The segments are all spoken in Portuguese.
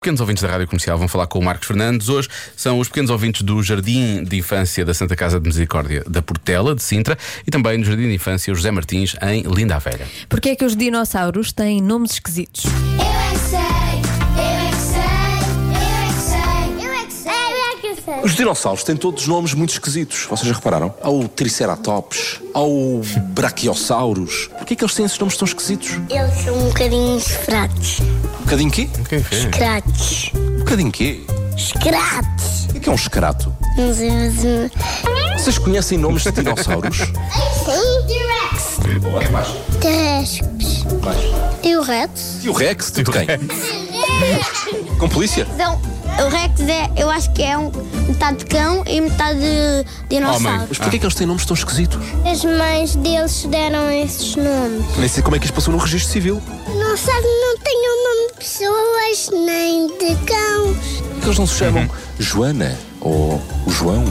pequenos ouvintes da Rádio Comercial vão falar com o Marcos Fernandes. Hoje são os pequenos ouvintes do Jardim de Infância da Santa Casa de Misericórdia da Portela, de Sintra, e também no Jardim de Infância José Martins, em Linda a Velha. Porquê é que os dinossauros têm nomes esquisitos? Eu é que sei, eu é que sei, eu é que sei, eu é que sei, eu é que sei. Os dinossauros têm todos nomes muito esquisitos. Vocês já repararam? Há o Triceratops, há o Brachiosaurus. Porquê é que eles têm esses nomes tão esquisitos? Eles são um bocadinho frates. Um bocadinho quê? Crates. Um bocadinho quê? Crates. O que é que é um escrato? Não sei, mas. Vocês conhecem nomes de dinossauros? Sim, T-Rex. Terrestres. E o Rex? E o Rex? Tipo quem? Com polícia? Então, o Rex é, eu acho que é um, metade cão e metade dinossauro. Mas porquê é que eles têm nomes tão esquisitos? As mães deles deram esses nomes. Nem sei como é que isto passou no registro civil. Não sabe, não tem o nome de pessoas nem de cãos. Porquê é que eles não se chamam Joana ou o João?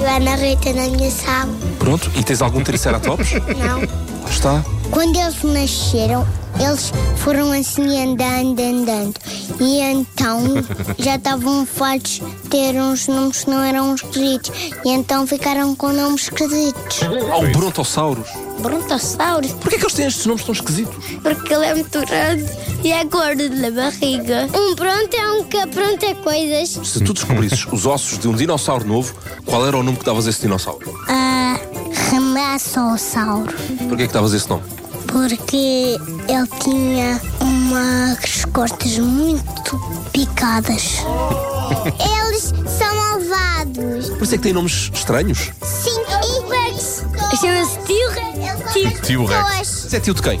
Joana Rita na minha sala. Pronto, e tens algum Triceratops? Não. Lá está. Quando eles nasceram, eles foram assim andando, andando. E então já estavam fartos de ter uns nomes que não eram esquisitos. E então ficaram com nomes esquisitos. Há o Brontossauros. Brontossauros, Porquê é que eles têm estes nomes tão esquisitos? porque ele é muito grande e é gordo na barriga. Um pronto é um que apronta coisas. Se tu descobrisses os ossos de um dinossauro novo, qual era o nome que davas a esse dinossauro? Ah, remassossauro. Porquê é que davas esse nome? Porque ele tinha umas costas muito picadas. Eles são malvados. Por isso é que tem nomes estranhos. Sim, T-Rex. Chama-se T-Rex. T-Rex. Isso é tio de quem?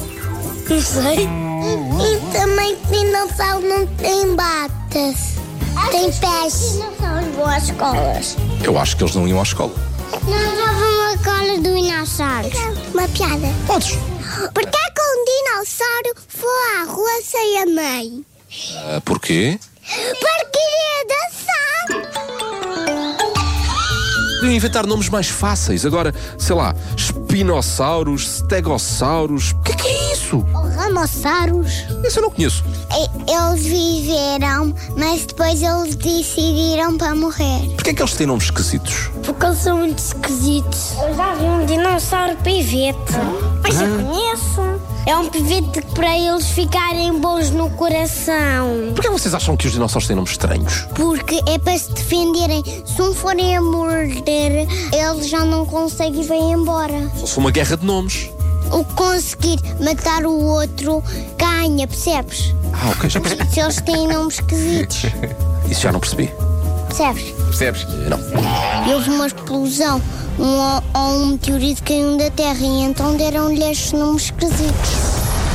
Não sei. E, também dinossauro não tem batas. Tem pés. Dinossauros vão às escolas. Eu acho que eles não iam à escola. Não dava uma cola do dinossauro. Então, Uma piada. Podes. Porquê que um dinossauro foi à rua sem a mãe? Ah, porquê? Porque queria dançar. Deviam inventar nomes mais fáceis. Agora, sei lá, espinossauros, stegossauros. O que é que é isso? Ramossauros. Isso eu não conheço. Eles viveram, mas depois eles decidiram para morrer. Porquê é que eles têm nomes esquisitos? Porque eles são muito esquisitos. Eu já vi um dinossauro pivete. Mas eu conheço. É um pivete que para eles ficarem bons no coração. Porquê vocês acham que os dinossauros têm nomes estranhos? Porque é para se defenderem. Se um forem a morder, eles já não conseguem e vêm embora. Só se for uma guerra de nomes. O conseguir matar o outro ganha, percebes? Ah, ok, já percebi. Se eles têm nomes esquisitos, Isso já não percebi. percebes? Percebes? Não. E houve uma explosão um, ou- ou um meteorito caiu da Terra e então deram-lhe estes nomes esquisitos.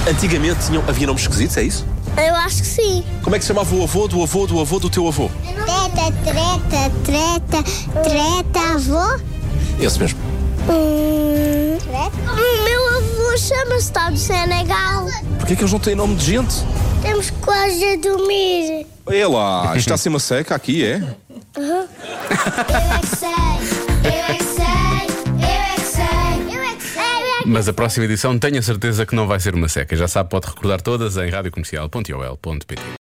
Antigamente tinham, havia nomes esquisitos, é isso? Eu acho que sim. Como é que se chamava o avô do avô do avô do teu avô? Treta, treta, treta, treta, avô. Esse mesmo. Hum, o meu avô chama-se Tá do Senegal. Porquê é que eles não têm nome de gente? Temos quase a dormir. Olha lá, isto está a ser uma seca aqui, é? Eu é que sei, eu é que sei, eu é que sei, eu é que sei. Mas a próxima edição tenho a certeza que não vai ser uma seca. Já sabe, pode recordar todas em radiocomercial.ol.pt.